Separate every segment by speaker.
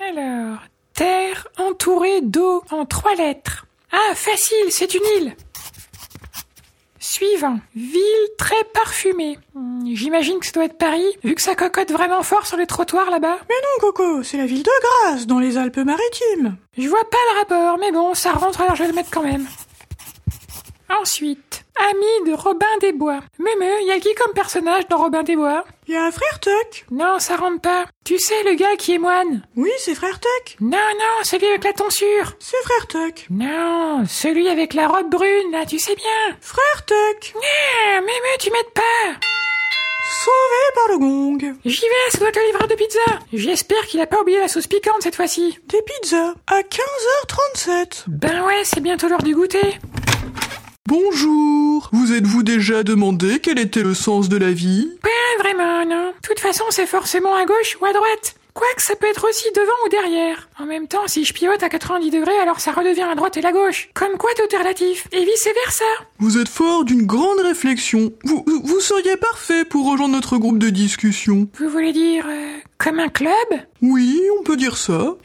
Speaker 1: Alors, terre entourée d'eau en trois lettres. Ah, facile, c'est une île. Suivant, ville très parfumée. Hmm, J'imagine que ça doit être Paris, vu que ça cocotte vraiment fort sur les trottoirs là-bas.
Speaker 2: Mais non, Coco, c'est la ville de Grasse, dans les Alpes-Maritimes.
Speaker 1: Je vois pas le rapport, mais bon, ça rentre alors je vais le mettre quand même. Ensuite, ami de Robin des Bois. Mémé, y a qui comme personnage dans Robin des Bois
Speaker 2: Il y a un frère Tuck.
Speaker 1: Non, ça rentre pas. Tu sais, le gars qui est moine
Speaker 2: Oui, c'est frère Tuck.
Speaker 1: Non, non, celui avec la tonsure
Speaker 2: C'est frère Tuck.
Speaker 1: Non, celui avec la robe brune, là, tu sais bien
Speaker 2: Frère Tuck.
Speaker 1: Ah, Mémé, tu m'aides pas
Speaker 2: Sauvé par le gong.
Speaker 1: J'y vais, ça doit être le livreur de pizza J'espère qu'il a pas oublié la sauce piquante cette fois-ci.
Speaker 2: Des pizzas à 15h37.
Speaker 1: Ben ouais, c'est bientôt l'heure du goûter.
Speaker 3: Bonjour Vous êtes-vous déjà demandé quel était le sens de la vie
Speaker 1: Pas Ah, vraiment, non. De toute façon, c'est forcément à gauche ou à droite. Quoique ça peut être aussi devant ou derrière. En même temps, si je pivote à 90 degrés, alors ça redevient la droite et la gauche. Comme quoi tout est relatif. Et vice versa.
Speaker 3: Vous êtes fort d'une grande réflexion. Vous, vous, vous seriez parfait pour rejoindre notre groupe de discussion.
Speaker 1: Vous voulez dire, euh, comme un club
Speaker 3: Oui, on peut dire ça.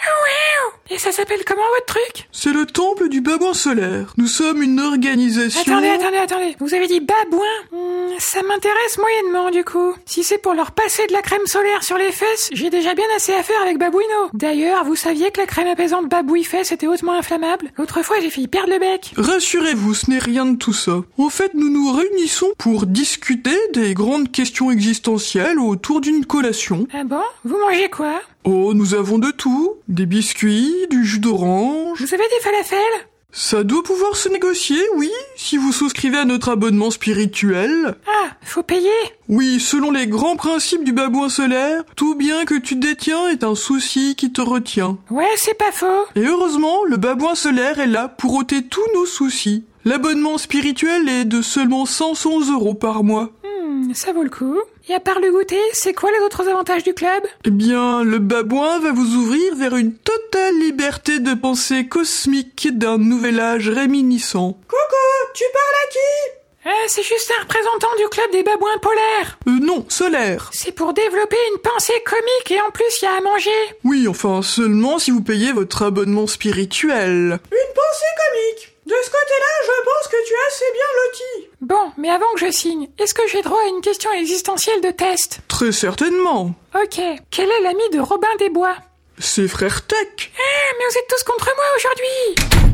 Speaker 1: Et ça s'appelle comment votre truc
Speaker 3: C'est le temple du babouin solaire. Nous sommes une organisation...
Speaker 1: Attendez, attendez, attendez. Vous avez dit babouin Hmm, Ça m'intéresse moyennement du coup. Si c'est pour leur passer de la crème solaire sur les fesses, j'ai déjà bien assez à faire avec Babouino. D'ailleurs, vous saviez que la crème apaisante Baboui Fesses était hautement inflammable L'autre fois, j'ai failli perdre le bec.
Speaker 3: Rassurez-vous, ce n'est rien de tout ça. En fait, nous nous réunissons pour discuter des grandes questions existentielles autour d'une collation.
Speaker 1: Ah bon Vous mangez quoi
Speaker 3: Oh, nous avons de tout. Des biscuits, du jus d'orange.
Speaker 1: Vous avez des falafels
Speaker 3: Ça doit pouvoir se négocier, oui, si vous souscrivez à notre abonnement spirituel.
Speaker 1: Ah, faut payer
Speaker 3: Oui, selon les grands principes du babouin solaire, tout bien que tu détiens est un souci qui te retient.
Speaker 1: Ouais, c'est pas faux.
Speaker 3: Et heureusement, le babouin solaire est là pour ôter tous nos soucis. L'abonnement spirituel est de seulement 111 euros par mois.
Speaker 1: Hmm, ça vaut le coup. Et à part le goûter, c'est quoi les autres avantages du club
Speaker 3: Eh bien, le babouin va vous ouvrir vers une totale liberté de pensée cosmique d'un nouvel âge réminiscent.
Speaker 2: Coco, tu parles à qui
Speaker 1: Eh, c'est juste un représentant du club des babouins polaires.
Speaker 3: Euh, non, solaire.
Speaker 1: C'est pour développer une pensée comique et en plus, il y a à manger.
Speaker 3: Oui, enfin, seulement si vous payez votre abonnement spirituel.
Speaker 2: Une pensée comique. De ce côté-là, je pense que tu es assez bien loti.
Speaker 1: Bon, mais avant que je signe, est-ce que j'ai droit à une question existentielle de test
Speaker 3: Très certainement.
Speaker 1: Ok, quel est l'ami de Robin Eh, des Bois
Speaker 3: C'est frère Tech.
Speaker 1: Ah, mais vous êtes tous contre moi aujourd'hui